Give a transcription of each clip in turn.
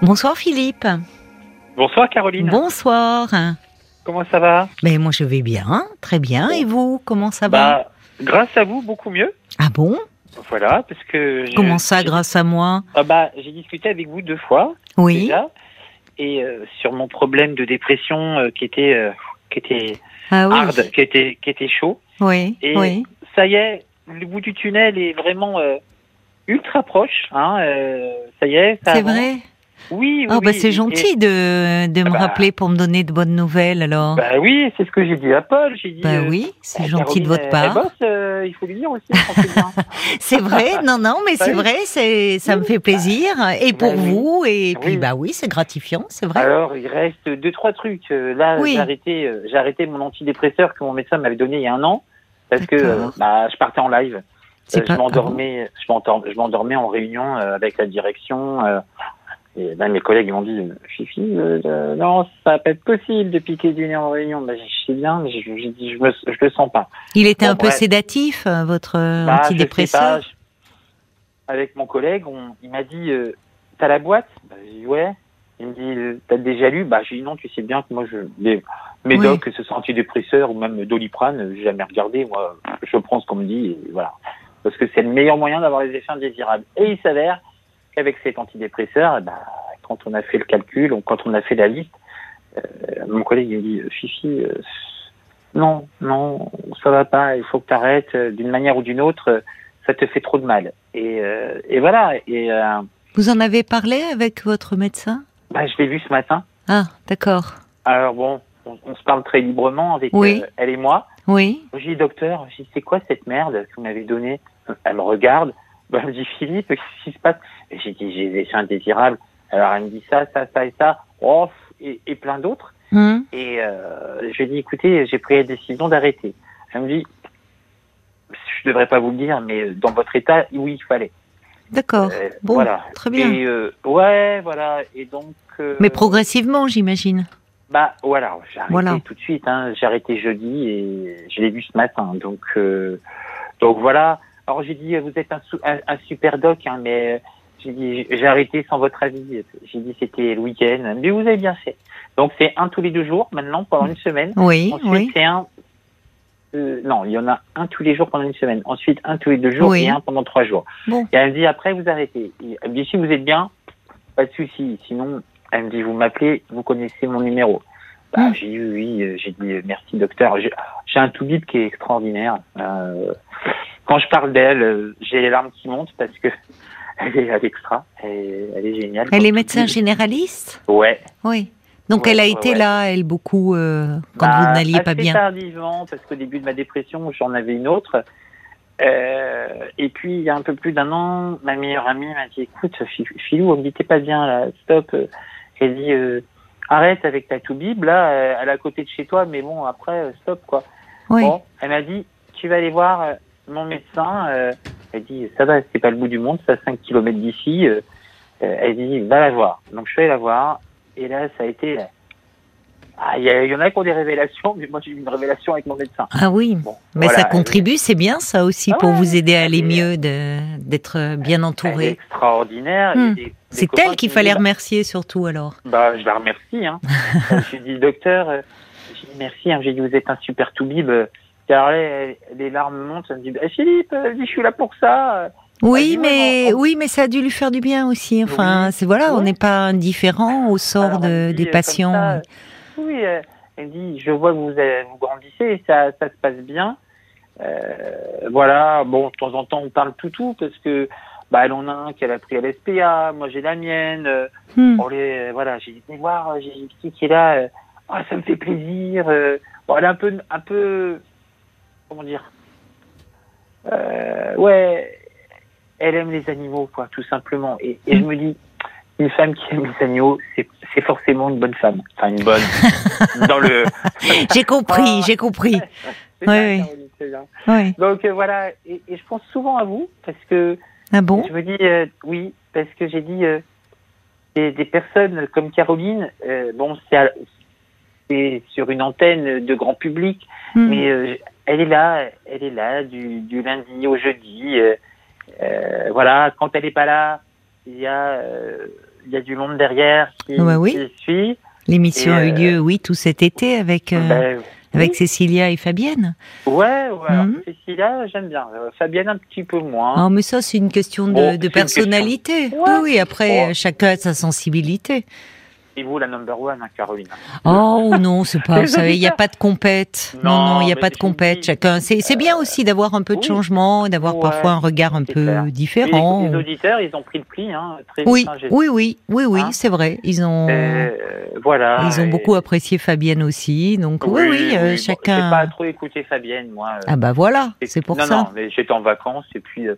Bonsoir Philippe. Bonsoir Caroline. Bonsoir. Comment ça va Mais moi je vais bien, très bien. Et vous, comment ça va Bah, grâce à vous, beaucoup mieux. Ah bon Voilà, parce que je- Comment ça, j'ai- grâce à moi Ah bah, j'ai discuté avec vous deux fois Oui. déjà, et euh, sur mon problème de dépression euh, qui était euh, qui était Ah oui. hard, qui était qui était chaud. Oui. Et Oui. ça y est, le bout du tunnel est vraiment euh, ultra proche. Hein, euh, ça y est. ça C'est avance. vrai. Oui. oui, Ah bah oui, c'est et- gentil de, de me bah- rappeler pour me donner de bonnes nouvelles alors. Bah, Bah oui, c'est ce que j'ai dit à Paul. J'ai dit. euh, oui, c'est Ah, gentil de Caroline, votre elle- part. elle bosse, euh, il faut lui dire aussi. tranquillement. C'est vrai, non, non, mais Bah c'est oui. vrai, c'est, ça me fait plaisir. Et bah pour oui. vous, et puis Oui. Ah, bah oui, c'est gratifiant, c'est vrai. Alors, il reste deux, trois trucs. Euh, Là, Oui. j'ai arrêté, euh, j'ai arrêté mon antidépresseur que mon médecin m'avait donné il y a un an parce que D'accord. euh, bah, je partais en live. c'est ah Euh, je m'endormais, je m'endorm- je m'endormais en réunion euh, avec la direction. euh, et ben, mes collègues m'ont dit, Fifi, euh, euh, non, ça va pas être possible de piquer du nez en réunion. Ben, je sais bien, mais je, je, dis, je, me, je le sens pas. Il était Bon, un peu bref. sédatif, euh, votre euh, Bah, je sais antidépresseur. pas, je- Avec mon collègue, on, il m'a dit, euh, t'as la boîte Bah, J'ai dit, ouais. Il me dit, euh, t'as déjà lu Bah, j'ai dit, non, tu sais bien que moi, je, les médocs, que ce soit antidépresseur ou même doliprane, euh, j'ai jamais regardé. Moi, je prends ce qu'on me dit, et voilà. Parce que c'est le meilleur moyen d'avoir les effets indésirables. Et il s'avère qu'avec cet antidépresseur, eh ben, quand on a fait le calcul, on- quand on a fait la liste, euh, mon collègue il dit, Fifi, euh, non, non, ça va pas, il faut que tu arrêtes d'une manière ou d'une autre, euh, ça te fait trop de mal. Et, euh, et voilà, et euh, Vous en avez parlé avec votre médecin bah, je l'ai vu ce matin. Ah, d'accord. Alors bon, on, on se parle très librement avec Oui. euh, elle et moi. Oui. J'ai dit, docteur, j'ai dit, c'est quoi cette merde que vous m'avez donnée Elle me regarde, bah, elle me dit, Philippe, qu'est-ce qui se passe Et J'ai dit, j'ai des effets indésirables. Alors elle me dit ça, ça, ça et ça, oh, et- et plein d'autres. Hum, Et euh, je lui ai dit, écoutez, j'ai pris la décision d'arrêter. Elle me dit, je devrais pas vous le dire, mais dans votre état, oui, il fallait. d'accord. Euh, Oh, bon, voilà. très bien. Et euh, ouais, voilà. Et donc. euh, Mais progressivement, j'imagine. Bah voilà, j'ai arrêté Voilà. tout de suite. Hein. J'ai arrêté jeudi et je l'ai vu ce matin. Donc euh, donc voilà. Alors j'ai dit vous êtes un, sou- un, un super doc, hein, mais j'ai dit j'ai arrêté sans votre avis. J'ai dit c'était le week-end, mais vous avez bien fait. Donc c'est un tous les deux jours maintenant pendant une semaine. Oui, Ensuite, Mmh, oui. c'est un. euh, non, il y en a un tous les jours pendant une semaine. Ensuite, un tous les deux jours Oui. et un pendant trois jours. Bon. Et elle me dit après, vous arrêtez. Et elle me dit si vous êtes bien, pas de souci. Sinon, elle me dit vous m'appelez, vous connaissez mon numéro. Bah, Mm. J'ai dit oui, euh, j'ai dit euh, merci docteur. J'ai j'ai un tout bip qui est extraordinaire. Euh, quand je parle d'elle, euh, j'ai les larmes qui montent parce que elle est, elle est extra, elle, est- elle est géniale. Elle est Comme médecin tout bip. généraliste Ouais. Oui. Donc Ouais, elle a ouais, été ouais. là, elle, beaucoup, euh, quand Bah, vous n'alliez pas assez bien. tardivement, parce qu'au début de ma dépression, j'en avais une autre. Euh, et puis, il y a un peu plus d'un an, ma meilleure amie m'a dit Écoute, Fi- Filou, elle me dit T'es pas bien là, stop. Elle dit euh, Arrête avec ta toubib, là, euh, elle est à côté de chez toi, mais bon, après, euh, stop quoi. Oui. Bon, elle m'a dit Tu vas aller voir euh, mon médecin. euh. elle dit Ça va, c'est pas le bout du monde, c'est à 5 km d'ici. euh. Euh, elle dit Va la voir. Donc, je suis allé la voir, et là, ça a été. euh, Ah, Il y, a- il y en a qui ont des révélations, mais moi j'ai eu une révélation avec mon médecin. Ah oui. Bon, Mais voilà, ça contribue, c'est bien ça aussi, Ah pour ouais, vous aider à aller elle est- mieux, de- d'être bien Elle, elle est entouré. extraordinaire. Hmm. Il y a des- des C'est copains elle qui qu'il me fallait disent, remercier surtout alors. Bah, je la remercie. Hein. Euh, j'ai dit, docteur, euh, j'ai dit merci. Hein. J'ai dit, vous êtes un super toubib. euh. Et Alors là, elle- les larmes montent. Elle me dit, Eh, Philippe, euh, dis, je suis là pour ça. euh. Oui, Ah, dis-moi, mais on- on- oui, mais ça a dû lui faire du bien aussi. Enfin, c'est voilà, on oui. n'est pas indifférent au sort Alors, de- elle me dit, des euh, comme patients. ça, euh, oui, euh, elle me dit, je vois que vous, euh, vous grandissez, ça, ça se passe bien. Euh, voilà, bon, de temps en temps, on parle tout tout parce que, bah, elle en a un qui a pris à l'SPA, moi j'ai la mienne. euh, Hmm. On les, voilà, j'ai dit, venez voir, euh, j'ai une petite qui est là, euh, Ah, ça me fait plaisir. euh. Bon, elle est un peu, un peu, comment dire, euh, ouais, elle aime les animaux, quoi, tout simplement. Et, et je Mm. me dis, une femme qui aime les animaux, c'est c'est forcément une bonne femme. Enfin, une bonne, dans le... J'ai compris, Ah. j'ai compris. Oui, C'est bien, oui. Caroline, c'est bien. Oui. Donc euh, voilà, et, et je pense souvent à vous, parce que Ah bon je me dis, euh, oui, parce que j'ai dit, euh, des, des personnes comme Caroline, euh, bon, c'est à- c'est sur une antenne de grand public, Hmm. mais euh, elle est là, elle est là du, du lundi au jeudi. euh, euh, voilà, quand elle n'est pas là, il y a euh, il y a du monde derrière qui, Ouais, Ah bah oui. qui suit. L'émission Et, a eu euh, lieu, oui, tout cet été avec, euh, Ben, avec Cécilia et Fabienne. ouais, ouais. alors, Mhm. Cécilia, j'aime bien. Euh, Fabienne, un petit peu moins. Ah, mais ça, c'est une question de, Hein Bon, de c'est une personnalité. question. Oui, Ouais. oui, après, euh, Ouais. chacun a sa sensibilité. Et vous, la number one, hein, Caroline. Oh non, c'est pas, Les vous savez, il n'y a auditeurs. pas de compète. Non, Non, non, il n'y a mais pas de je me compète. dis- euh, Chacun, c'est c'est bien aussi d'avoir un peu de Oui. changement, d'avoir Ouais, parfois un regard un c'est peu clair. Et les- différent. Les, auditeurs, ils ont pris le pli. Hein, très Oh. Oui, vite, hein, j'ai- oui, oui, oui, oui, Hein c'est vrai. Ils ont, Euh, voilà. ils ont Et- beaucoup apprécié Fabienne aussi. Donc oui, oui, euh, bon, J'ai chacun. pas trop écouté Fabienne, moi. euh, Ah bah voilà, et- c'est pour non, ça. Non, mais j'étais en vacances et puis. euh,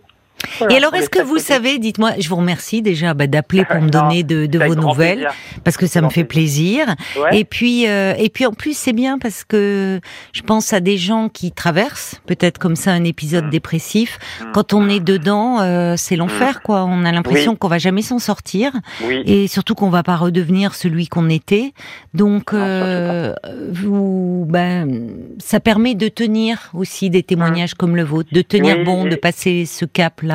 voilà, Et alors, on est-ce laisse que ça vous de côté. savez, dites-moi, je vous remercie déjà bah, d'appeler pour me Non, donner de, de Avec vos grand nouvelles, plaisir. parce que ça me Grand fait plaisir. Ouais. Et puis, euh, et puis en plus, c'est bien parce que je pense à des gens qui traversent peut-être comme ça un épisode Mm. dépressif. Mm. Quand on est dedans, euh, c'est l'enfer, quoi. On a l'impression qu'on va jamais s'en sortir, Oui. et surtout qu'on va pas redevenir celui qu'on était. Donc, Non, surtout euh, vous, ben, ça permet de tenir aussi des témoignages comme le vôtre, de tenir Mmh. Oui, bon, de et- passer ce cap-là.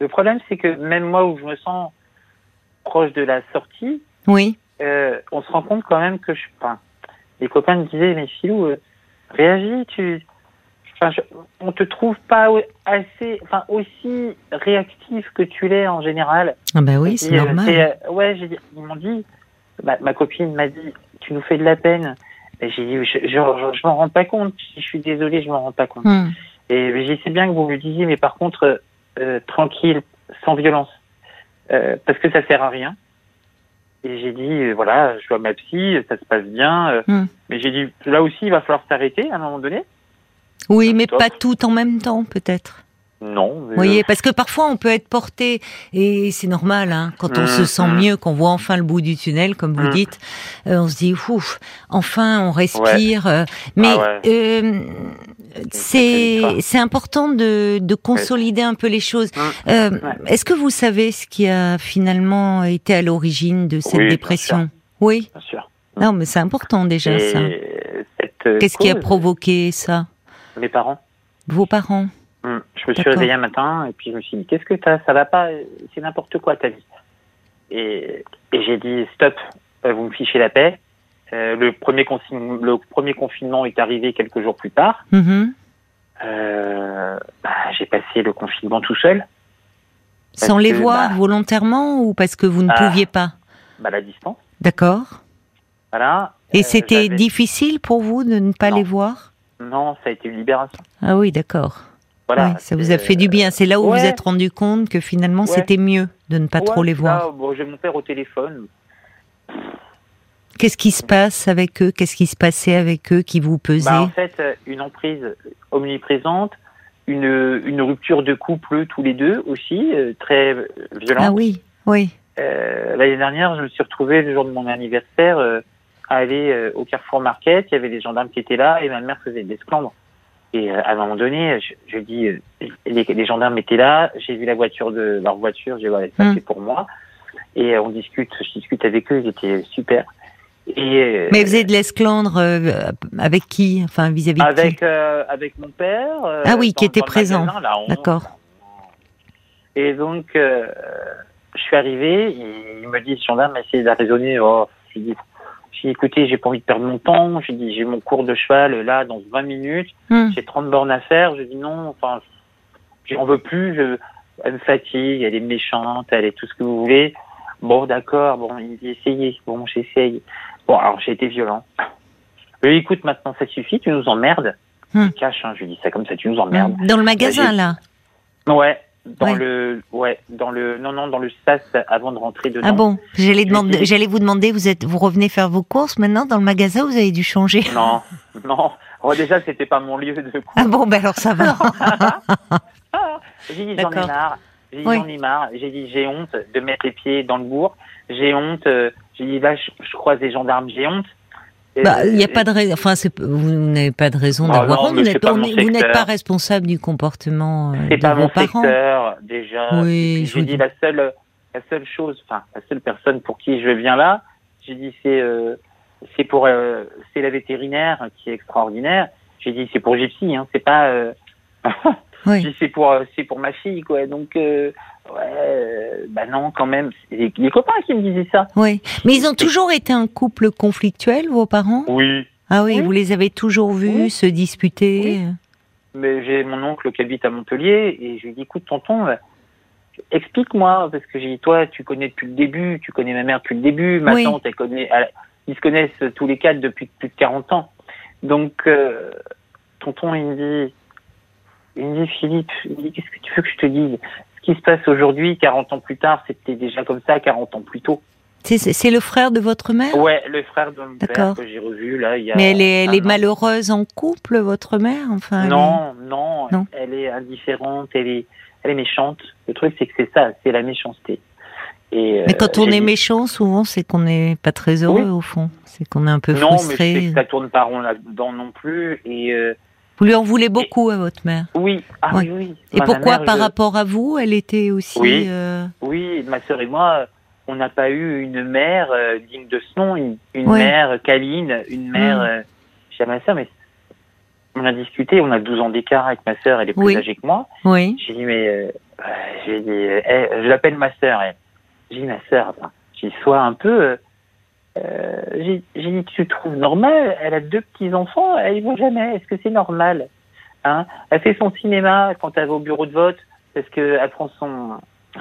Le problème, c'est que même moi, où je me sens proche de la sortie, Oui. euh, on se rend compte quand même que je suis pas. Les copains me disaient, mais Philou, euh, réagis, tu. Enfin, je- on te trouve pas au- assez, enfin aussi réactif que tu l'es en général. Ah bah oui, Et c'est puis, euh, normal. c'est, euh, ouais, j'ai dit- ils m'ont dit, ma, ma copine m'a dit, tu nous fais de la peine. Et j'ai dit, je, je, je- je m'en rends pas compte. Je suis désolé, je m'en rends pas compte. Hum. Et j'ai dit, c'est bien que vous me le disiez, mais par contre, euh, euh, tranquille, sans violence, Euh, parce que ça sert à rien. Et j'ai dit, euh, voilà, je vois ma psy, ça se passe bien. euh, Mm. Mais j'ai dit, là aussi, il va falloir s'arrêter à un moment donné. Oui, mais Top. pas tout en même temps, peut-être. Non. mais, Vous voyez, parce que parfois on peut être porté, et c'est normal, hein, quand on Mm, se sent mm. mieux, qu'on voit enfin le bout du tunnel, comme vous Mm. dites, euh, on se dit, ouf, enfin on respire. euh, mais ouais. euh, c'est c'est- c'est important de, de consolider un peu les choses. Mm. Euh, Ouais. Est-ce que vous savez ce qui a finalement été à l'origine de cette Oui, bien dépression Oui. euh, bien sûr. Non, mais c'est important déjà Et, ça. euh, cette, euh, hein. Qu'est-ce qui a cause, provoqué ça Mes parents. Vos parents Hum, Je me suis D'accord. réveillé un matin et puis je me suis dit qu'est-ce que t'as ça va pas euh, c'est n'importe quoi ta vie et, et j'ai dit stop euh, vous me fichez la paix Euh, le premier consigne- le premier confinement est arrivé quelques jours plus tard Mhm. Euh, bah, j'ai passé le confinement tout seul Parce Sans les que, voir bah, volontairement ou parce que vous ne ah. pouviez pas bah, à la distance D'accord. voilà Et Euh, c'était j'avais- difficile pour vous de ne pas Non. les voir non ça a été une libération Ah oui, d'accord. voilà Euh, Oui, ça vous a fait du bien. C'est là où vous ouais. vous êtes rendu compte que finalement Ouais. c'était mieux de ne pas trop les voir. j'ai mon père au téléphone Qu'est-ce qui se passe avec eux Qu'est-ce qui se passait avec eux qui vous pesait Bah, en fait, euh, une emprise omniprésente, une, une rupture de couple tous les deux aussi, euh, très euh, violente. Ah oui, oui. Euh, L'année dernière, je me suis retrouvé le jour de mon anniversaire euh, à aller euh, au Carrefour Market. Il y avait des gendarmes qui étaient là et ma mère faisait des scandales. Et euh, à un moment donné, je, je dis, euh, les, les gendarmes étaient là. J'ai vu la voiture de leur voiture. J'ai dit, ouais, ça Mm. c'est pour moi. Et euh, on discute, je discute avec eux. Ils étaient super. Et euh, Mais vous faisiez de l'esclandre euh, avec qui Enfin, vis-à-vis de qui avec euh, avec mon père. euh, Ah oui, dans- qui était dans le présent. magasin, la honte. D'accord. Et donc, euh, je suis arrivé. il- Il me dit, ce gendarme, essayez de la raisonner. Oh, je lui dis, je lui dis, écoutez, j'ai pas envie de perdre mon temps. J'ai dit, j'ai mon cours de cheval là dans 20 minutes. Hum. J'ai 30 bornes à faire. Je dis non. Enfin, j'en veux plus. Je, elle me fatigue. Elle est méchante. Elle est tout ce que vous voulez. Bon, d'accord. Bon, il me dit, essayez. Bon, j'essaye. Bon, alors j'ai été violent. Je lui dis, écoute, maintenant ça suffit. Tu nous emmerdes. Hmm. Cache, hein, je lui dis ça comme ça. Tu nous emmerdes. Dans le magasin, Bah, j'ai- là. Ouais, dans Hmm. Ouais. le, ouais, dans le, non, non, dans le sas avant de rentrer dedans. Ah bon J'allais J'ai- demander- j'ai- j'allais vous demander, vous, êtes, vous revenez faire vos courses maintenant dans le magasin, vous avez dû changer. Non, non. Oh, déjà, c'était pas mon lieu de cours. Ah bon, ben alors ça va. J'ai dit, j'en D'accord. ai marre. J'ai dit, Oui. j'en ai marre. J'ai dit, j'ai honte de mettre les pieds dans le bourg. J'ai honte. euh, J'ai dit, là, je, je croise des gendarmes. J'ai honte. euh, Bah, il n'y a pas de raison. Enfin, c'est- vous n'avez pas de raison Ah d'avoir non, honte. mais Vous c'est n'êtes pas on mon est- vous n'êtes secteur. pas responsable du comportement euh, C'est de pas vos mon parents. secteur, déjà. Oui, Et je j'ai vous dit dis. la seule, la seule chose, enfin la seule personne pour qui je viens là, j'ai dit c'est, euh, c'est pour, euh, c'est la vétérinaire qui est extraordinaire. J'ai dit c'est pour Gypsy, hein, c'est pas, euh, Oui. Puis c'est pour, euh, c'est pour ma fille, quoi. Donc, euh, ouais, euh, bah non, quand même. C'est les, les copains qui me disaient ça. Oui. Mais ils ont toujours été un couple conflictuel, vos parents Oui. Ah oui, Oui. vous les avez toujours vus Oui. se disputer. Mais j'ai mon oncle qui habite à Montpellier et je lui ai dit, écoute, tonton, euh, explique-moi, parce que j'ai dit, toi, tu connais depuis le début, tu connais ma mère depuis le début, ma Oui. tante, elle connaît, elle- ils se connaissent tous les quatre depuis plus de 40 ans. Donc, euh, tonton, il me dit, il me dit, Philippe, il me dit, qu'est-ce que tu veux que je te dise Ce qui se passe aujourd'hui, 40 ans plus tard, c'était déjà comme ça, 40 ans plus tôt. C'est- C'est c'est le frère de votre mère Ouais, le frère de mon père Ah. D'accord. que j'ai revu, là, il y a... Mais elle est, elle un est an. malheureuse en couple, votre mère enfin, Ah, elle Non, non, Non. elle est indifférente, elle est, elle est méchante. Le truc, c'est que c'est ça, c'est la méchanceté. Et, euh, est- Mais quand on est méchant, méchant, souvent, c'est qu'on n'est pas très heureux, au fond. C'est qu'on est un peu non, mais frustré. c'est que ça tourne pas rond là-dedans non plus. Et euh, Vous lui en voulez beaucoup à votre mère. oui, ah Ouais. oui, oui. Et Ma pourquoi, mère, par je- rapport à vous, elle était aussi. Oui. euh, Oui, ma sœur et moi, on n'a pas eu une mère euh, digne de ce nom, une, une Ouais. mère câline, une mère. Mm. euh, je dis à ma sœur, mais on a discuté, on a 12 ans d'écart avec ma sœur, elle est plus Oui. âgée que moi. Oui. J'ai dit, mais euh, euh, j'ai dit, euh, eh, je l'appelle ma sœur. Elle. J'ai dit, ma sœur, enfin, j'ai dit, sois un peu. euh, euh, j'ai j'ai dit, tu trouves normal Elle a deux petits-enfants, elle ne voit jamais. Est-ce que c'est normal hein Elle fait son cinéma quand elle va au bureau de vote, parce qu'elle prend son,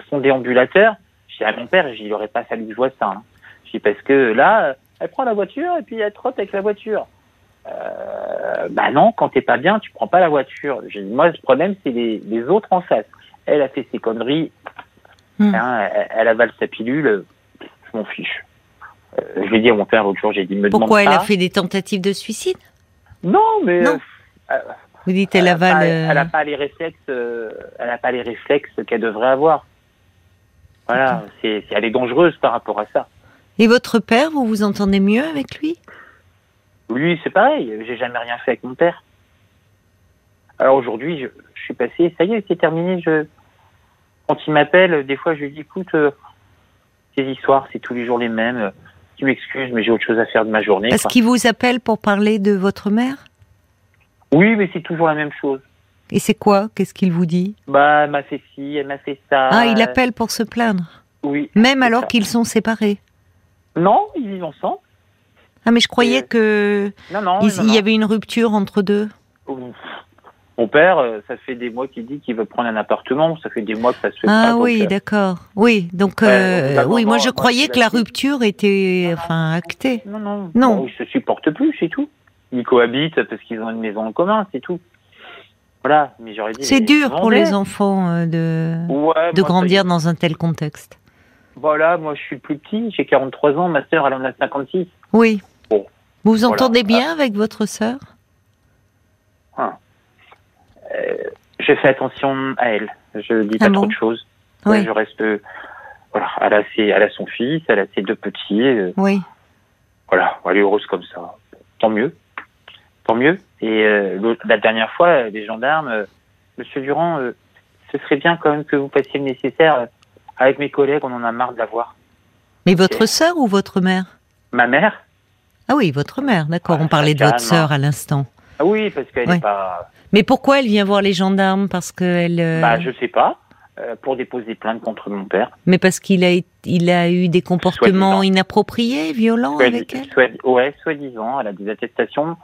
son déambulateur. J'ai dit à mon père, j'ai dit, il aurait pas fallu que je vois ça. hein. J'ai dit, parce que là, elle prend la voiture et puis elle trotte avec la voiture. Euh, bah non, quand t'es pas bien, tu prends pas la voiture. J'ai dit, moi, le problème, c'est les, les autres en face. Elle a fait ses conneries, Hmm. hein, elle, elle avale sa pilule, je m'en fiche. Euh, je lui ai dit à mon père l'autre jour, j'ai dit, me Pourquoi elle demande a pas. fait des tentatives de suicide Non, mais Non. euh, Vous dites, elle a avale. pas- euh, bah, elle a pas les réflexes, euh, elle a pas les réflexes qu'elle devrait avoir. Voilà, c'est, c'est- elle est dangereuse par rapport à ça. Et votre père, vous vous entendez mieux avec lui Lui, c'est pareil, j'ai jamais rien fait avec mon père. Alors aujourd'hui, je, je suis passé, ça y est, c'est terminé. Je, quand il m'appelle, des fois, je lui dis, écoute, euh, ces histoires, c'est tous les jours les mêmes. euh, Tu m'excuses, mais j'ai autre chose à faire de ma journée. Parce quoi. qu'il vous appelle pour parler de votre mère Oui, mais c'est toujours la même chose. Et c'est quoi Qu'est-ce qu'il vous dit Bah, elle m'a fait ci, elle m'a fait ça. Ah, il appelle pour se plaindre, Oui. même Euh, c'est alors ça. qu'ils sont séparés. Non, ils vivent ensemble. Ah, mais je croyais que Non, non. il, non, il non. y avait une rupture entre deux. Ouf. Mon père, euh, ça fait des mois qu'il dit qu'il veut prendre un appartement. Ça fait des mois que ça se fait pas. Ah donc, oui, euh, d'accord. Oui, donc Ouais, euh, donc, oui, moi maman, je moi, croyais je que la l'accepte. rupture était Non, non. enfin actée. Non, non. Non. Bon, ils se supportent plus, c'est tout. Ils cohabitent parce qu'ils ont une maison en commun, c'est tout. Voilà, mais j'aurais dit. C'est mais dur pour vendez. les enfants euh, de Ouais, de moi, grandir dans un tel contexte. ça y est. Voilà, moi je suis le plus petit, j'ai 43 ans, ma sœur elle en a 56. Oui. Vous Bon, vous voilà. Ah. entendez bien avec votre sœur Je fais attention à elle, je dis pas Ah bon trop de choses. Ouais, Oui, Je reste. euh, Voilà, elle a, ses- elle a son fils, elle a ses deux petits, euh, oui. voilà, elle est heureuse comme ça. Tant mieux, tant mieux. Et euh, l'autre- la dernière fois, euh, les gendarmes, euh, Monsieur Durand, euh, ce serait bien quand même que vous passiez le nécessaire. euh, Avec mes collègues, on en a marre de la voir. Mais votre sœur ou votre mère Ma mère Ah oui, votre mère, d'accord. Ouais, On parlait de ça votre calme, sœur à l'instant. Ah Oui, parce qu'elle n'est Ouais. pas. Mais pourquoi elle vient voir les gendarmes Parce que elle. euh, Bah, je sais pas. euh, pour déposer plainte contre mon père. Mais parce qu'il a, été- il a eu des comportements Soi-disant. inappropriés, violents Soit- avec elle. soit- ouais, soi-disant, elle a des attestations.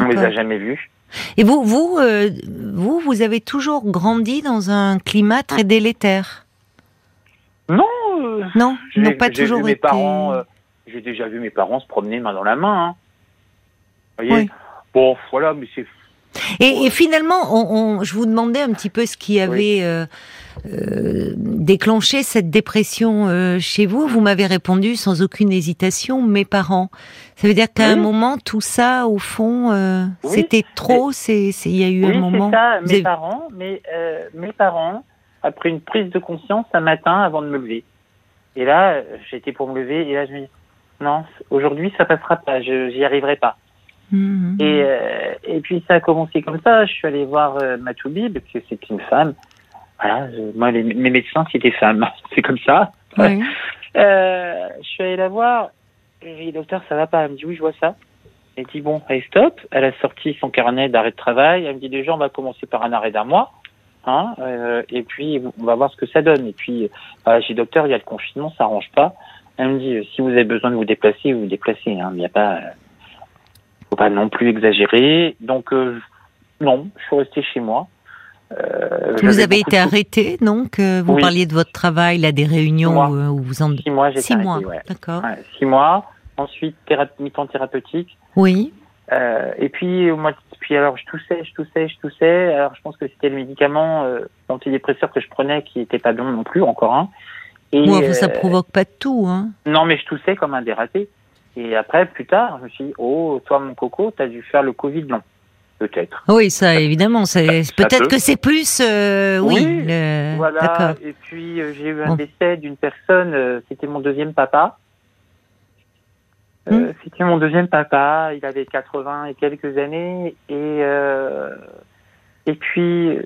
On les a D'accord. jamais vues. Et vous, vous, euh, vous, vous avez toujours grandi dans un climat très délétère. Euh, Non, ils n'ont j'ai- pas j'ai toujours vu mes été. parents. euh, j'ai déjà vu mes parents se promener main dans la main. hein. Vous voyez Oui. Bon, voilà, mais c'est Et, et finalement, on, on- je vous demandais un petit peu ce qui avait euh, euh, déclenché cette dépression euh, chez vous. Vous m'avez répondu sans aucune hésitation, mes parents. Ça veut dire qu'à Oui. un moment, tout ça, au fond, euh, Oui. c'était trop. C'est, c'est- il y a eu un Oui, moment. c'est ça, Vous mes avez- parents, mais, euh, mes parents, après une prise de conscience un matin avant de me lever. Et là, euh, j'étais pour me lever, et là, je me dis, non, c- aujourd'hui, ça passera pas, je j'y arriverai pas. Mhm. Et, euh, et puis, ça a commencé comme ça, je suis allé voir euh, ma toubib, parce que c'est une femme. Voilà, je- moi, les- mes médecins, c'est des femmes, c'est comme ça. Oui. Euh, je suis allé la voir. J'ai dit, docteur, ça va pas. Elle me dit, oui, je vois ça. Elle dit, bon, allez, stop. Elle a sorti son carnet d'arrêt de travail. Elle me dit, déjà, on va commencer par un arrêt d'un mois. Hein, euh, et puis on va voir ce que ça donne. Et puis euh, j'ai docteur, il y a le confinement, ça arrange pas. Elle me dit euh, si vous avez besoin de vous déplacer, vous vous déplacez. Hein, il n'y a pas, faut pas non plus exagérer. Donc euh, non, je suis resté chez moi. Euh, vous avez été arrêté, donc vous Oui. parliez de votre travail, là, des réunions euh, Six mois. où, où vous en. Six mois, j'ai été Six mois, arrêté, ouais. d'accord. Ouais, six mois. Ensuite théra- mi-temps thérapeutique. Oui. Euh, et puis au mois de- puis alors je toussais, je toussais, je toussais. Alors je pense que c'était le médicament euh, antidépresseur que je prenais qui était pas bon non plus, encore un. Et Bon, enfin, ça euh, provoque pas de tout, hein. non mais je toussais comme un dératé. Et après plus tard, je me suis dit, oh toi mon coco, t'as dû faire le Covid long, peut-être. Oui, ça, évidemment. c'est- ça Peut-être peut. que c'est plus. euh, oui, Oui, le- Voilà. d'accord. Et puis euh, j'ai eu un Bon. décès d'une personne. euh, c'était mon deuxième papa. Hmm. Euh, C'était mon deuxième papa. Il avait 80 et quelques années. Et euh, et puis euh,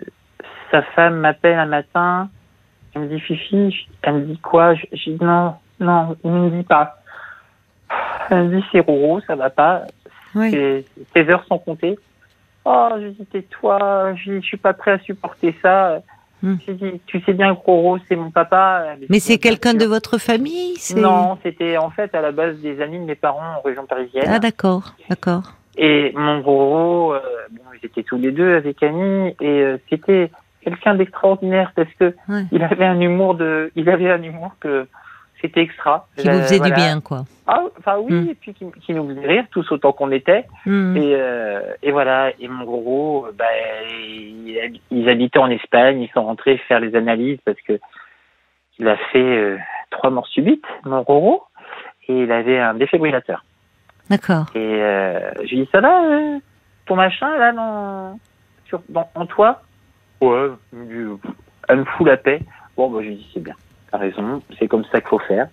sa femme m'appelle un matin. Elle me dit Fifi. Elle me dit quoi Je- J'ai dit non, non. Il me dit pas. Elle me dit c'est Roro, ça va pas. Oui. Et tes heures sont comptées. Oh, j'ai dit, tais-toi, je je suis pas prêt à supporter ça. Hmm. J'ai dit, tu sais bien que Roro, c'est mon papa. Elle Mais dit, c'est bien quelqu'un de sûr. votre famille c'est- Non, c'était en fait à la base des amis de mes parents en région parisienne. Ah, d'accord, d'accord. Et mon Roro, euh, bon, ils étaient tous les deux avec Annie, et euh, c'était quelqu'un d'extraordinaire parce que Ouais. il avait un humour de, il avait un humour que c'était extra. Qui vous Euh, faisait voilà. du bien, quoi. Ah, enfin oui, Hmm. et puis qui, qui nous faisait rire tous autant qu'on était. Hmm. Et, euh, et voilà, et mon gros, bah, il- ils habitaient en Espagne, ils sont rentrés faire les analyses parce que il a fait euh, trois morts subites, mon gros, et il avait un défibrillateur. D'accord. Et euh, j'ai dit ça là, euh, ton machin là dans, sur, dans en toi. Ouais, il me dit, euh, elle me fout la paix. Bon, bah, j'ai dit c'est bien, t'as raison, c'est comme ça qu'il faut faire.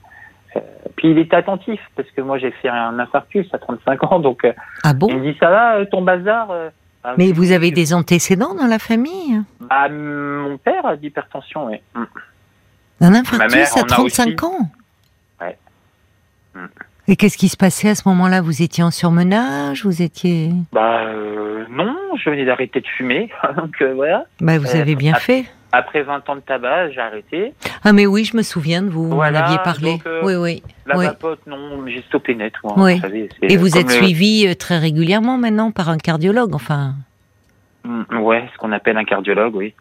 Euh, puis il était attentif parce que moi j'ai fait un infarctus à 35 ans, donc. euh, Ah il bon me dit ça va, euh, ton bazar euh Ah, Mais oui. vous avez des antécédents dans la famille Bah, mon père a d'hypertension, oui. Mm. Un mère infarctus en à a 35 ans Ouais. Hmm. Et qu'est-ce qui se passait à ce moment-là Vous étiez en surmenage Vous étiez. Bah euh, non, je venais d'arrêter de fumer, donc euh, voilà. Bah, vous Euh, avez bien à- fait. Après 20 ans de tabac, j'ai arrêté. Ah, mais oui, je me souviens de vous. Voilà, vous en aviez parlé. donc, euh, oui, oui. La Oui. vapote, non, j'ai stoppé net. moi, Oui. vous savez, c'est Et vous comme êtes le- suivi euh, très régulièrement maintenant par un cardiologue. Enfin, Mm, Ouais, ce qu'on appelle un cardiologue, oui.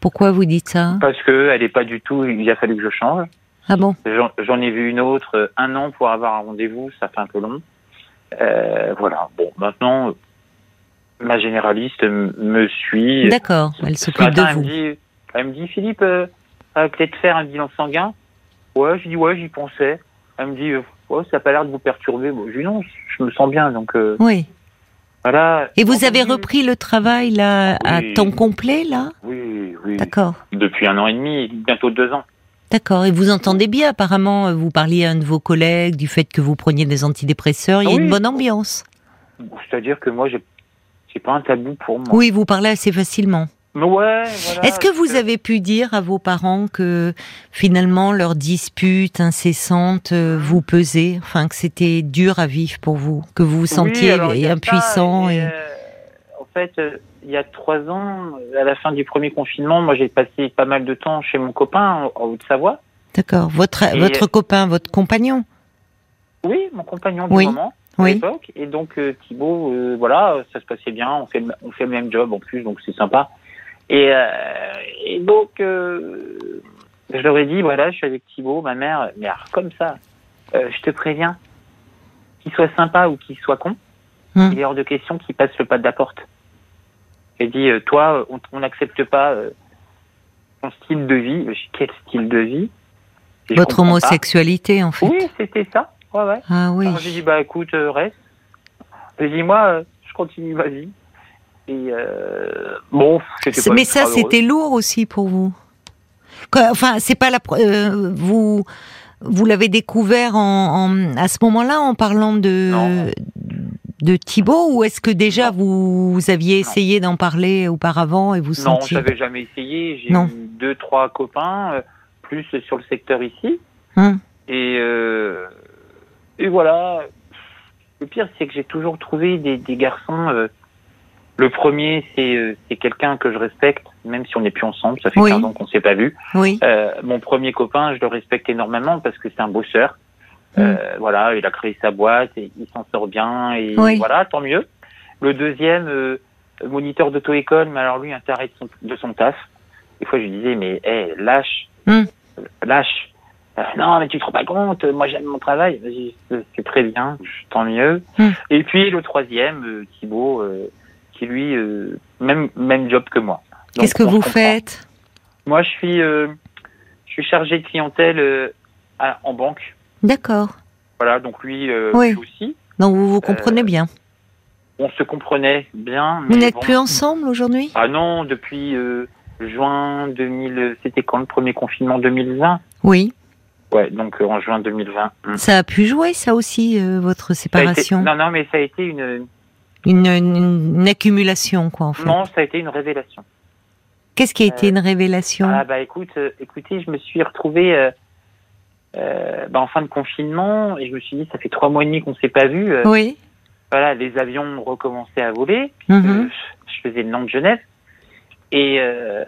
pourquoi vous dites ça Parce que elle est pas du tout. Il a fallu que je change. Ah bon J'en j'en ai vu une autre euh, un an pour avoir un rendez-vous, ça fait un peu long. Euh, voilà. Bon, maintenant, euh, ma généraliste m- me suit. D'accord, elle Ce s'occupe de matin, vous. Elle me dit, elle me dit Philippe, euh, euh, peut-être faire un bilan sanguin. Ouais, je dis ouais, j'y pensais. Elle me dit, euh, ouais, ça n'a pas l'air de vous perturber. Bon, je dis non, je me sens bien, donc euh, Oui. voilà. Et vous Entendu. avez repris le travail là à Oui. temps complet là Oui, oui. D'accord. Depuis un an et demi, bientôt deux ans. D'accord. Et vous entendez bien apparemment, euh, vous parliez à un de vos collègues du fait que vous preniez des antidépresseurs, il y a Ah Oui. une bonne ambiance. C'est-à-dire que moi, j'ai, c'est pas un tabou pour moi. Oui, vous parlez assez facilement. Mais ouais. Voilà, Euh, Est-ce que vous avez pu dire à vos parents que finalement leurs disputes incessantes euh, vous pesaient, enfin que c'était dur à vivre pour vous, que vous vous Oui, sentiez alors, il y a impuissant ça, et... euh, En fait, euh, il y a trois ans, à la fin du premier confinement, moi j'ai passé pas mal de temps chez mon copain en en Haute-Savoie. D'accord. Votre Et- euh, votre copain, votre compagnon. Oui, mon compagnon du Oui, moment à Oui. l'époque. Et donc euh, Thibaut, euh, voilà, ça se passait bien. On fait le, on fait le même job en plus, donc c'est sympa. Et, euh, et donc euh, je leur ai dit voilà, je suis avec Thibaut, ma mère. Mais alors comme ça, euh, je te préviens, qu'il soit sympa ou qu'il soit con, Hmm. il est hors de question qu'il passe le pas de la porte. J'ai dit euh, toi, euh, on- on n'accepte pas euh, ton style de vie. Je dis, Quel style de vie Et je Votre comprends pas. homosexualité en fait. Oui, c'était ça. Ouais, ouais. Ah oui. Alors j'ai dit bah écoute euh, reste. J'ai dit moi euh, je continue ma vie. Et euh, bon c'était C'est- pas Mais ultra ça, heureux. c'était lourd aussi pour vous. Quoi, Enfin, c'est pas la pre- euh, vous vous l'avez découvert en, en- à ce moment-là en parlant Non. de de Thibaut ou est-ce que déjà vous, vous aviez Non. essayé d'en parler auparavant et vous non sentiez j'avais jamais essayé. J'ai Non. eu deux trois copains euh, plus sur le secteur ici Hum. et euh, et voilà. Le pire c'est que j'ai toujours trouvé des, des garçons euh, Le premier, c'est euh, c'est quelqu'un que je respecte, même si on n'est plus ensemble, ça fait Oui. 15 ans qu'on s'est pas vu. Oui. Euh, mon premier copain, je le respecte énormément parce que c'est un bosseur. Mm. Euh, voilà, il a créé sa boîte et il s'en sort bien et Oui. voilà, tant mieux. Le deuxième, euh, moniteur d'auto-école, mais alors lui, un taré de son, de son taf. Des fois, je lui disais, mais hé, lâche, Mm. lâche. Euh, non, mais tu te rends pas compte, moi j'aime mon travail. Vas-y, c'est- C'est très bien, tant mieux. Mm. Et puis le troisième, euh, Thibaut, euh, qui lui, euh, même, même job que moi. Donc, Qu'est-ce que on se vous comprend. faites Moi, je suis, euh, je suis chargé de clientèle euh, à- en banque. D'accord. Voilà, donc lui, euh, Oui. lui aussi. Donc vous vous comprenez Euh, bien. On se comprenait bien. Vous mais n'êtes bon. plus ensemble aujourd'hui Ah non, depuis euh, juin 2000. C'était quand le premier confinement 2020 Oui. Ouais, donc euh, en juin 2020. Hmm. Ça a pu jouer ça aussi euh, votre Ça a été, séparation, non, non, mais ça a été une. une, une- une accumulation quoi en fait. Non, ça a été une révélation. Qu'est-ce qui a été Euh, une révélation Ah bah écoute, euh, écoutez, je me suis retrouvé euh, euh, bah, en fin de confinement et je me suis dit, ça fait trois mois et demi qu'on s'est pas vu. euh, Oui. Voilà, les avions ont recommencé à voler. Mhm. Euh, je faisais le nom de Genève. Et, euh,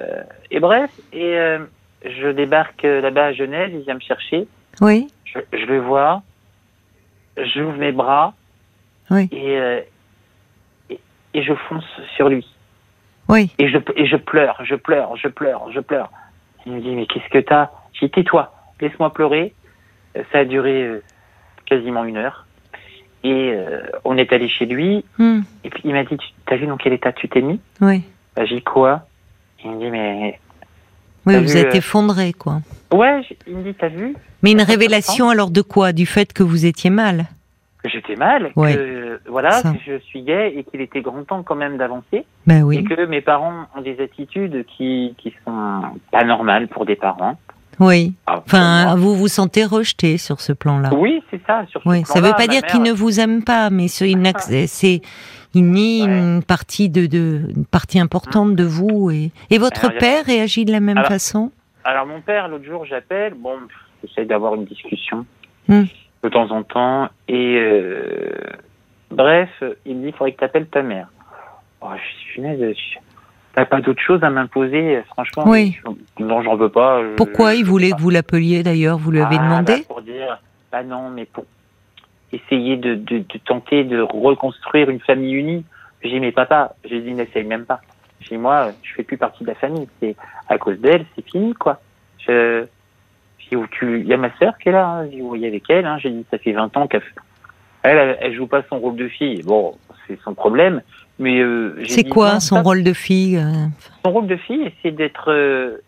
et bref, et euh, je débarque euh, là-bas à Genève, il vient me chercher, Oui. je, je le vois, j'ouvre mes bras Oui. et, euh, et, et je fonce sur lui. Oui. Et je, et je pleure, je pleure, je pleure, je pleure. Il me dit, mais qu'est-ce que t'as J'ai dit, tais-toi, laisse-moi pleurer. Euh, Ça a duré euh, quasiment une heure. Et euh, on est allé chez lui, Hmm. et puis il m'a dit, Tu- t'as vu dans quel état tu t'es mis Oui. bah, j'ai dit quoi Il me dit, mais. Oui, T'as vous vu, êtes euh, effondré quoi. Ouais, j- il me dit, t'as vu Mais une ça fait révélation alors de quoi Du fait que vous étiez mal. que j'étais mal, Ouais. que euh, voilà, Ça. que je suis gay et qu'il était grand temps quand même d'avancer, Ben et oui. que mes parents ont des attitudes qui qui sont pas normales pour des parents. Oui. Ah, Enfin, pour vous vous sentez rejeté sur ce plan-là. moi. oui, c'est ça. Sur ce Oui, ça plan-là, veut pas ma dire mère- Ah. qu'il ne vous aime pas, mais sur une axe- c'est il nie Ouais. une partie de, de une partie importante de vous et et votre Alors, il y a- père réagit de la même Alors- façon. Alors mon père, l'autre jour, j'appelle. Bon, pff, j'essaie d'avoir une discussion Hmm. de temps en temps, et euh, bref, il me dit, faudrait que t'appelles ta mère. Oh, je suis punaise, je- T'as pas d'autre chose à m'imposer, euh, franchement. Oui. je- Non, j'en veux pas. je- Pourquoi je- il je- voulait que vous l'appeliez d'ailleurs Vous lui avez Ah, bah, demandé Pour dire, bah non, mais pour essayer de, de, de tenter de reconstruire une famille unie. J'ai dit, mais papa, j'ai dit, n'essaye même pas. J'ai dit, moi, je fais plus partie de la famille. C'est à cause d'elle, c'est fini, quoi. Je, j'ai dit, ou tu, il y a ma sœur qui est là, hein. j'ai dit, vous voyez avec elle, hein. j'ai dit, ça fait 20 ans qu'elle, fait- elle, elle, elle joue pas son rôle de fille. Bon, c'est son problème, mais euh, j'ai C'est dit, quoi non, son ça, rôle de fille euh, son rôle de fille, c'est d'être, euh,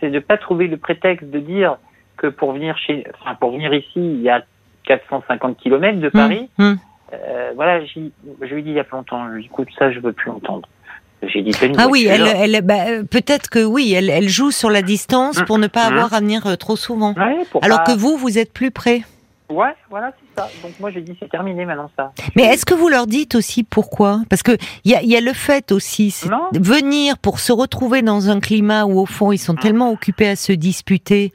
c'est de pas trouver le prétexte de dire que pour venir chez, enfin, pour venir ici, il y a 450 km de Paris. Hum, hum. Euh, voilà, j'y- je lui dis il y a pas longtemps, je lui dis, écoute, ça, je veux plus entendre. J'ai dit, t'as une Ah oui, elle, voiture elle bah, euh, peut-être que oui, elle, elle joue sur la distance Hum, pour ne pas hum. avoir à venir euh, trop souvent. Ouais, pour Alors pas- que vous, vous êtes plus près. Ouais, voilà, c'est ça. Donc moi, j'ai dit, c'est terminé maintenant, ça. Mais est-ce que vous leur dites aussi pourquoi Parce que il y a, il y a le fait aussi, c'est Non. de venir pour se retrouver dans un climat où au fond ils Mm. sont tellement occupés à se disputer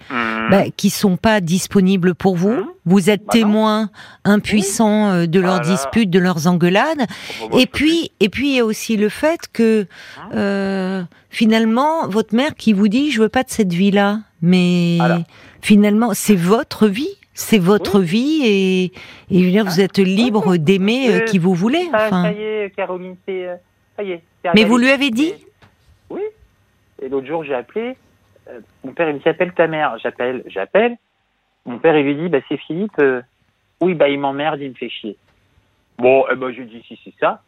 bah, qu'ils sont pas disponibles pour vous. Mhm. Vous êtes Mm. Bah non. témoin impuissant euh, de leurs Voilà. disputes, de leurs engueulades. Et puis, et puis il y a aussi le fait que Hein euh, finalement votre mère qui vous dit je veux pas de cette vie là, mais Voilà. finalement c'est votre vie, c'est votre vie et, et je veux dire, Ah. vous êtes libre d'aimer euh, Euh, qui vous voulez. ça, ça Enfin, y est, Caroline, c'est, euh, ça y est. c'est mais vous réalisé. lui avez dit Oui. Et l'autre jour, j'ai appelé. euh, mon père, il me dit appelle ta mère. J'appelle, j'appelle. Mon père, il lui dit bah, c'est Philippe. euh, oui, bah, il m'emmerde, il me fait chier. Bon, eh ben, je lui dis si c'est ça,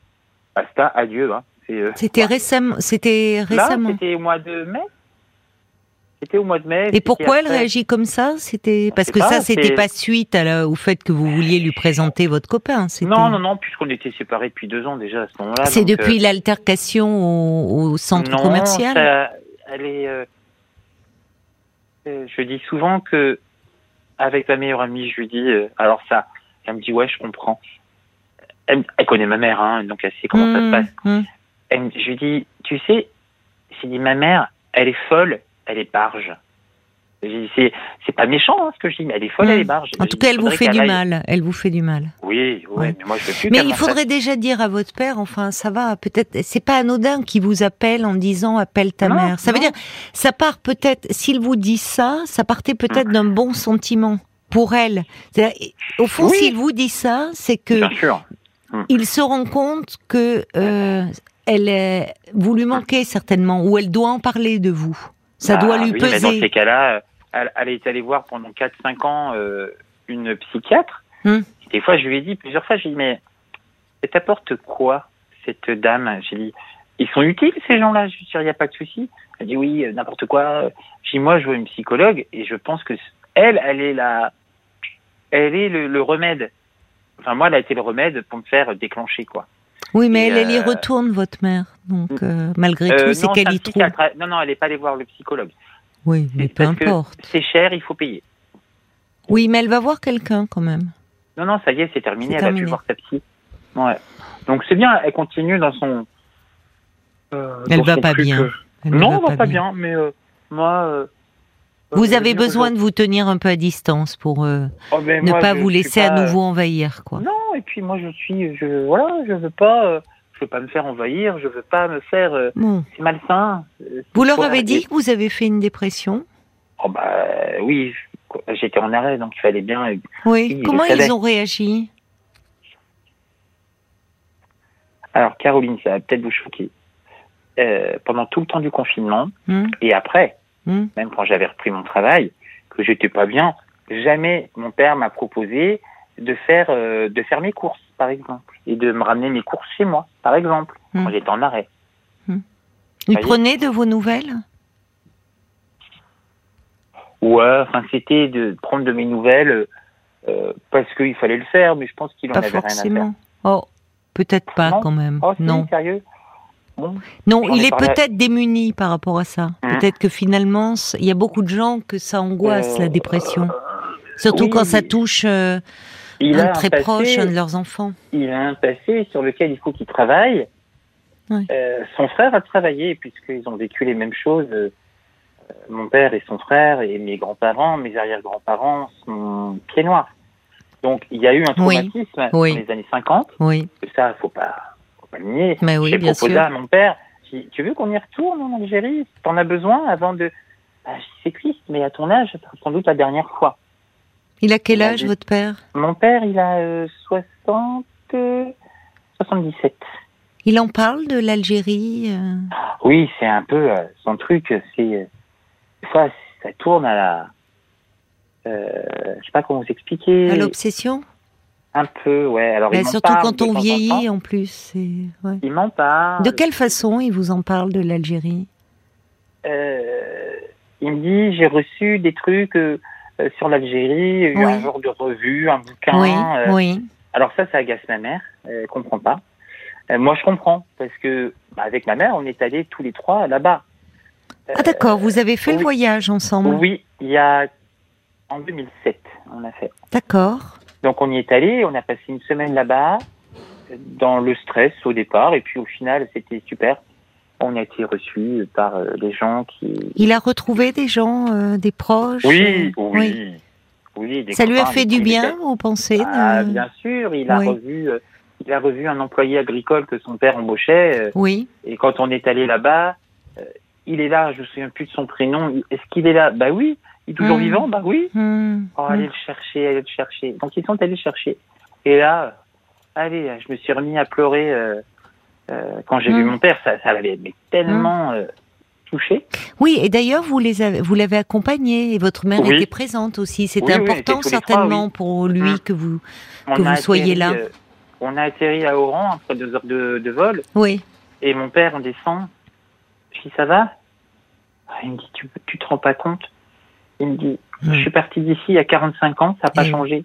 basta, adieu. Hein. C'est, euh, c'était ouais. récemment, c'était Là, récemment. c'était au mois de mai. C'était au mois de mai. Et c'était pourquoi elle après. réagit comme ça C'était parce sait que pas, ça, c'était c'est- pas suite à la- au fait que vous vouliez lui présenter votre copain. c'était- Non, non, non, puisqu'on était séparés depuis deux ans déjà à ce moment-là. C'est donc, euh, depuis l'altercation au, au centre non, commercial. ça- elle est, euh, euh, je dis souvent que, avec ma meilleure amie, je lui dis, euh, alors ça, elle me dit, ouais, je comprends. Elle, me- elle connaît ma mère, hein, donc elle sait comment ça se Hum, passe. hum. Elle me- je lui dis, tu sais, j'ai dit, ma mère, elle est folle, elle est barge. J'ai dit, C'est, c'est pas méchant hein, ce que je dis, mais elle est folle, Mm. elle est barge. En tout cas, elle vous fait du mal. Elle vous fait du mal. Oui, oui, Ouais. mais moi je veux plus. Mais qu'elle il m'en fasse. faudrait déjà dire à votre père, enfin, ça va, peut-être, c'est pas anodin qu'il vous appelle en disant appelle ta Non, mère. Ça veut non. dire, ça part peut-être, s'il vous dit ça, ça partait peut-être Hmm. d'un bon sentiment pour elle. C'est-à-dire, Au fond, Oui. s'il vous dit ça, c'est que Bien sûr. il se rend compte que euh, elle est, vous lui manquez certainement, ou elle doit en parler de vous. Ça Bah doit lui oui, mais dans ces peser. cas-là, euh, elle, elle est allée voir pendant 4-5 ans euh, une psychiatre. Hmm. Des fois, je lui ai dit plusieurs fois, j'ai dit, mais elle t'apporte quoi, cette dame J'ai dit, ils sont utiles, ces gens-là Je lui ai dit, il n'y a pas de souci. Elle dit, oui, euh, n'importe quoi. J'ai dit, moi, je vois une psychologue et je pense que c- elle, elle est la... Elle est le, le remède. Enfin, moi, elle a été le remède pour me faire déclencher, quoi. Oui, mais elle, Et, elle y euh, retourne, votre mère. Donc, euh, malgré Euh, tout, c'est non, qu'elle c'est un y trouve. psychiatre. Non, non, elle n'est pas allée voir le psychologue. Oui, mais peu parce que importe. C'est cher, il faut payer. Oui, mais elle va voir quelqu'un quand même. Non, non, ça y est, c'est terminé. C'est Elle terminé. a pu voir sa psy. Ouais. Donc c'est bien, elle continue dans son. euh, Elle dans va son pas truc, bien. euh. Elle ne Non, elle va pas bien, mais euh, moi. euh, euh, Vous je avez veux dire, besoin de vous tenir un peu à distance pour euh, je- Oh, mais ne moi, pas je vous suis laisser pas- à nouveau envahir, quoi. Non, et puis moi je suis, je voilà, je veux pas, euh, je veux pas me faire envahir, je veux pas me faire, euh, Bon. c'est malsain. euh, Vous c'est leur quoi, avez et- dit que vous avez fait une dépression Oh bah oui, je- j'étais en arrêt, donc il fallait bien. euh, Oui. Oui, Comment je savais. ils ont réagi Alors Caroline, ça va peut-être vous choquer. Euh, pendant tout le temps du confinement Hmm et après, Hmm même quand j'avais repris mon travail, que j'étais pas bien, jamais mon père m'a proposé de faire euh, de faire mes courses, par exemple, et de me ramener mes courses chez moi, par exemple, Mm. quand j'étais en arrêt. Ils Ça y est. prenaient de vos nouvelles Ouais, euh, enfin c'était de prendre de mes nouvelles euh, parce qu'il fallait le faire, mais je pense qu'il en Pas avait rien à faire. forcément. Oh, peut-être pas Non. quand même. Oh, si, non. sérieux Non, J'en il ai est parlé à- peut-être démuni par rapport à ça. Hmm. Peut-être que finalement, c- il y a beaucoup de gens que ça angoisse, Euh, la dépression. Surtout oui, quand ça mais- touche euh, Il un a très un passé, proche, un de leurs enfants. il a un passé sur lequel il faut qu'il travaille. Oui. Euh, son frère a travaillé puisqu'ils ont vécu les mêmes choses. Euh, mon père et son frère et mes grands-parents, mes arrière-grands-parents sont pieds noirs. Donc il y a eu un Oui. traumatisme Oui. dans les années 50. Oui, Et ça, faut pas, faut pas le nier. mais oui, J'ai bien proposé sûr. à mon père, j'ai dit, tu veux qu'on y retourne en Algérie T'en as besoin avant de... Bah, C'est triste, mais à ton âge, ça sera sans doute la dernière fois. Il a quel Il a âge, dit- votre père Mon père, il a euh, 60... euh, 77. Il en parle de l'Algérie. euh, Oui, c'est un peu euh, son truc. C'est euh, des fois, ça tourne à la. Euh, je sais pas comment vous à expliquer. l'obsession Un peu, ouais. Alors, Ben, il m'en Surtout parle quand de temps on en vieillit temps. Ah, en plus. c'est- ouais. Il m'en parle. De quelle façon il vous en parle de l'Algérie Euh, Il me dit j'ai reçu des trucs euh, euh, sur l'Algérie, euh, Oui. un genre de revue, un bouquin. Oui, euh, oui. Alors ça, ça agace ma mère, elle comprend pas. Euh, moi, je comprends parce que bah, avec ma mère, on est allés tous les trois là-bas. Ah d'accord, vous avez fait le oui. voyage ensemble. Oui, il y a en 2007, on a fait. D'accord. Donc on y est allé, on a passé une semaine là-bas, euh, dans le stress au départ, et puis au final c'était super. On a été reçus par euh, les gens qui. Il a retrouvé des gens, euh, des proches. Oui, euh, oui, oui. des Ça lui a copains fait avec du qui il bien, était. vous pensez de- Ah, bien sûr, il a Oui. revu. euh, Il a revu un employé agricole que son père embauchait, euh, Oui, et quand on est allé là-bas, euh, il est là, je me souviens plus de son prénom. Il- Est-ce qu'il est là Bah oui. Il est toujours Mm. vivant Bah oui. hmm, Oh, allez le chercher, allez le chercher. Donc ils sont allés le chercher. Et là, euh, allez, je me suis remis à pleurer euh, euh, quand j'ai Mm. vu mon père. Ça, ça l'avait mais tellement euh, touché. hmm. oui. Et d'ailleurs, vous les avez, vous l'avez accompagné et votre mère Oui. était présente aussi. C'était Oui, oui, important on était tous les trois, certainement pour lui Hmm. que vous. On Que a vous soyez atterri, là. euh, on a atterri à Oran après deux heures de, de vol. Oui. Et mon père, on descend. Je dis, ça va Ah, Il me dit, tu, tu te rends pas compte Il me dit, Mmh. je Mm. suis parti d'ici il y a 45 ans, ça n'a pas Eh. changé.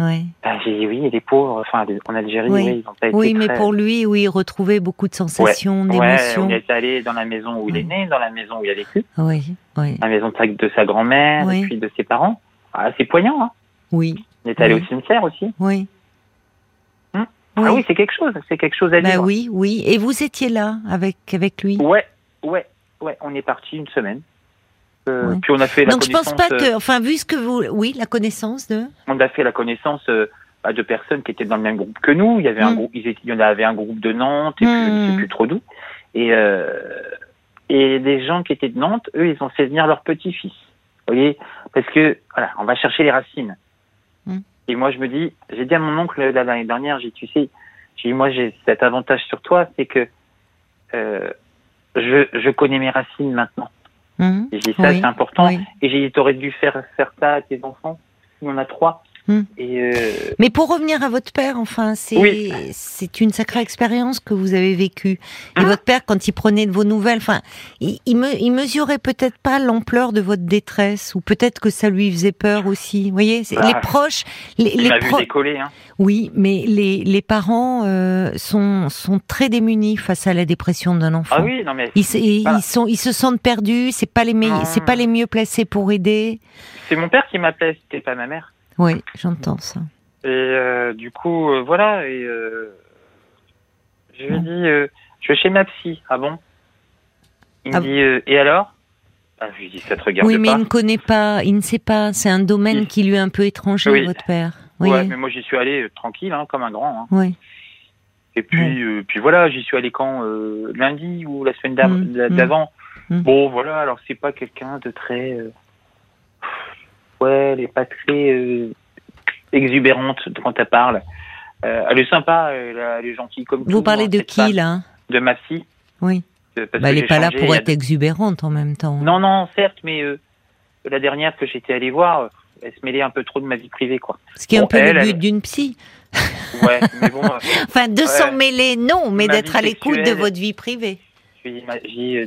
Oui. Ben, j'ai dit, oui, et les pauvres, enfin, en Algérie, Oui. oui, ils n'ont pas été Oui, mais très- pour lui, oui, retrouver beaucoup de sensations, Ouais, d'émotions. on est allé dans la maison où il Mm. est né, dans la maison où il a vécu, Oui, oui, la maison de sa, de sa grand-mère Oui. et puis de ses parents. Ah, c'est poignant. Hein. oui, On est allé Oui. au cimetière aussi. oui. Hmm. Ah oui, c'est quelque chose. C'est quelque chose à bah vivre. oui, oui. Et vous étiez là avec avec lui. Ouais, ouais, ouais. On est parti une semaine. Euh, Puis on a fait Donc la je pense connaissance. pas que, enfin vu ce que vous, oui, la connaissance de. on a fait la connaissance euh, bah, de personnes qui étaient dans le même groupe que nous. Il y avait un Mm. groupe, ils étaient- il y en avait un groupe de Nantes et puis je ne Mm. sais plus trop d'où. Et euh, et des gens qui étaient de Nantes, eux, ils ont fait venir leur petit-fils. Vous voyez, parce que voilà, on va chercher les racines. Mm. Et moi, je me dis, j'ai dit à mon oncle là, l'année dernière, j'ai dit, tu sais, j'ai dit, moi, j'ai cet avantage sur toi, c'est que euh, je, je connais mes racines maintenant. Mhm. Et j'ai dit, ça, Oui. c'est important. Oui. Et j'ai dit, t'aurais dû faire, faire ça à tes enfants. Il y en a trois. Mm. Et euh, Mais pour revenir à votre père, enfin, c'est Oui. c'est une sacrée expérience que vous avez vécue. Et Ah. votre père, quand il prenait de vos nouvelles, enfin, il, il, me, il mesurait peut-être pas l'ampleur de votre détresse, ou peut-être que ça lui faisait peur aussi. Vous voyez, c'est- Bah, les proches, les, Il les m'a vu pro- décoller. Hein. oui, mais les, les parents euh, sont sont très démunis face à la dépression d'un enfant. Ah oui, non mais Ils, se- et Voilà. ils sont, ils se sentent perdus. C'est pas les meilleurs, Non. c'est pas les mieux placés pour aider. c'est mon père qui m'appelait, c'était pas ma mère. Oui, j'entends ça. Et euh, du coup, euh, voilà. Et euh, je lui ai dit, euh, je vais chez ma psy. Ah bon Il me Ah dit, euh, et alors ah, Je lui dis, ça te regarde Oui, mais pas. il ne connaît pas, il ne sait pas. C'est un domaine Il- qui lui est un peu étranger, Oui. votre père. Ouais, Oui. mais moi j'y suis allé euh, tranquille, hein, comme un grand. hein. Oui. Et puis, euh, puis voilà, j'y suis allé quand euh, lundi ou la semaine d'av- Mm, la- mm. d'avant. Mm. Bon, voilà. Alors c'est pas quelqu'un de très, euh, ouais, elle est pas très euh, exubérante quand elle parle. Euh, elle est sympa, elle, a- elle est gentille comme tout. Vous parlez hein, de cette qui femme. là De ma psy. Oui. euh, Bah, parce que elle j'ai n'est pas là changé pour il y a être exubérante en même temps. non, non, certes, mais euh, la dernière que j'étais allé voir, euh, elle se mêlait un peu trop de ma vie privée, quoi. Ce qui est un Bon, peu elle, le elle- but d'une psy. Ouais, mais bon, euh, Enfin, de s'en mêler, non, mais Ma d'être vie à l'écoute de sexuelle. votre vie privée. je lui ai dit, j'ai, euh,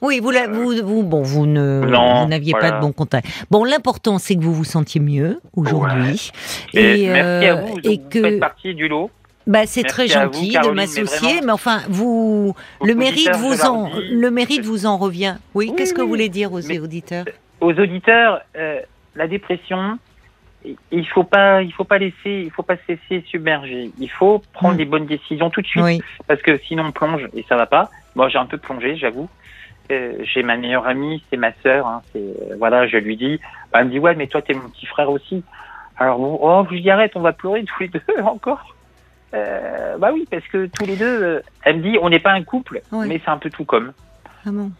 Oui, vous, la- vous, vous, bon, vous ne, Non, vous n'aviez voilà. pas de bon contact. Bon, l'important, c'est que vous vous sentiez mieux aujourd'hui. mais Et, merci à euh, vous, et vous que- faites partie du lot. Bah, c'est Merci très à vous, gentil de Caroline, mais m'associer, mais, vraiment. enfin, vous, le Aux mérite auditeurs, je vous leur en, dis, le mérite vous en revient. Oui, Oui, qu'est-ce que vous oui. voulez dire aux Mais- euh, auditeurs Aux auditeurs, euh, la dépression, i- il faut pas, il faut pas laisser, il faut pas se laisser submerger. Il faut prendre Mm. les bonnes décisions tout de suite. Oui, parce que sinon on plonge et ça va pas. Moi j'ai un peu plongé, j'avoue. Euh, j'ai ma meilleure amie, c'est ma sœur. Hein, c'est euh, voilà, je lui dis, bah, elle me dit ouais, mais toi t'es mon petit frère aussi. Alors bon, oh, je dis arrête, on va pleurer tous les deux encore. Euh, bah oui, parce que tous les deux, euh, elle me dit on n'est pas un couple, Ouais. mais c'est un peu tout comme. vraiment.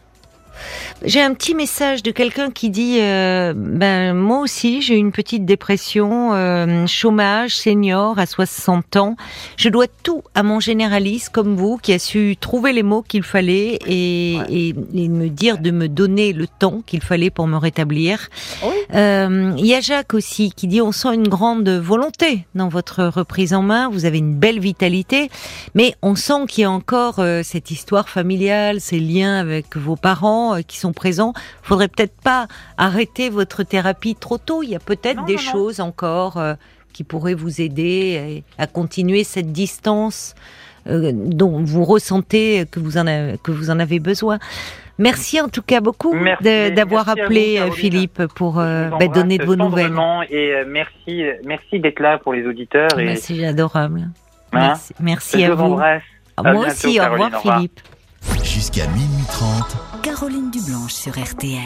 J'ai un petit message de quelqu'un qui dit euh, ben moi aussi j'ai eu une petite dépression, euh, chômage, senior à 60 ans. Je dois tout à mon généraliste comme vous qui a su trouver les mots qu'il fallait et, et- et me dire de me donner le temps qu'il fallait pour me rétablir. Oui. Euh, Il y a Jacques aussi qui dit on sent une grande volonté dans votre reprise en main. Vous avez une belle vitalité, mais on sent qu'il y a encore euh, cette histoire familiale, ces liens avec vos parents euh, qui sont présents. Faudrait peut-être pas arrêter votre thérapie trop tôt. Il y a peut-être Non, des non, non. choses encore euh, qui pourraient vous aider euh, à continuer cette distance euh, dont vous ressentez que vous en avez, que vous en avez besoin. Merci en tout cas beaucoup Merci, de- d'avoir merci à appelé vous, euh, Caroline. Philippe pour Je euh, vous bah, embrasse donner de vos nouvelles. tendrement Et euh, merci, euh, merci d'être là pour les auditeurs. Bah, Et, C'est adorable. hein, Merci, merci je à vous vous. Ah, embrasse. À Moi bientôt, aussi, au Caroline, revoir au revoir. Philippe. Jusqu'à minuit 30. Caroline Dublanche sur RTL.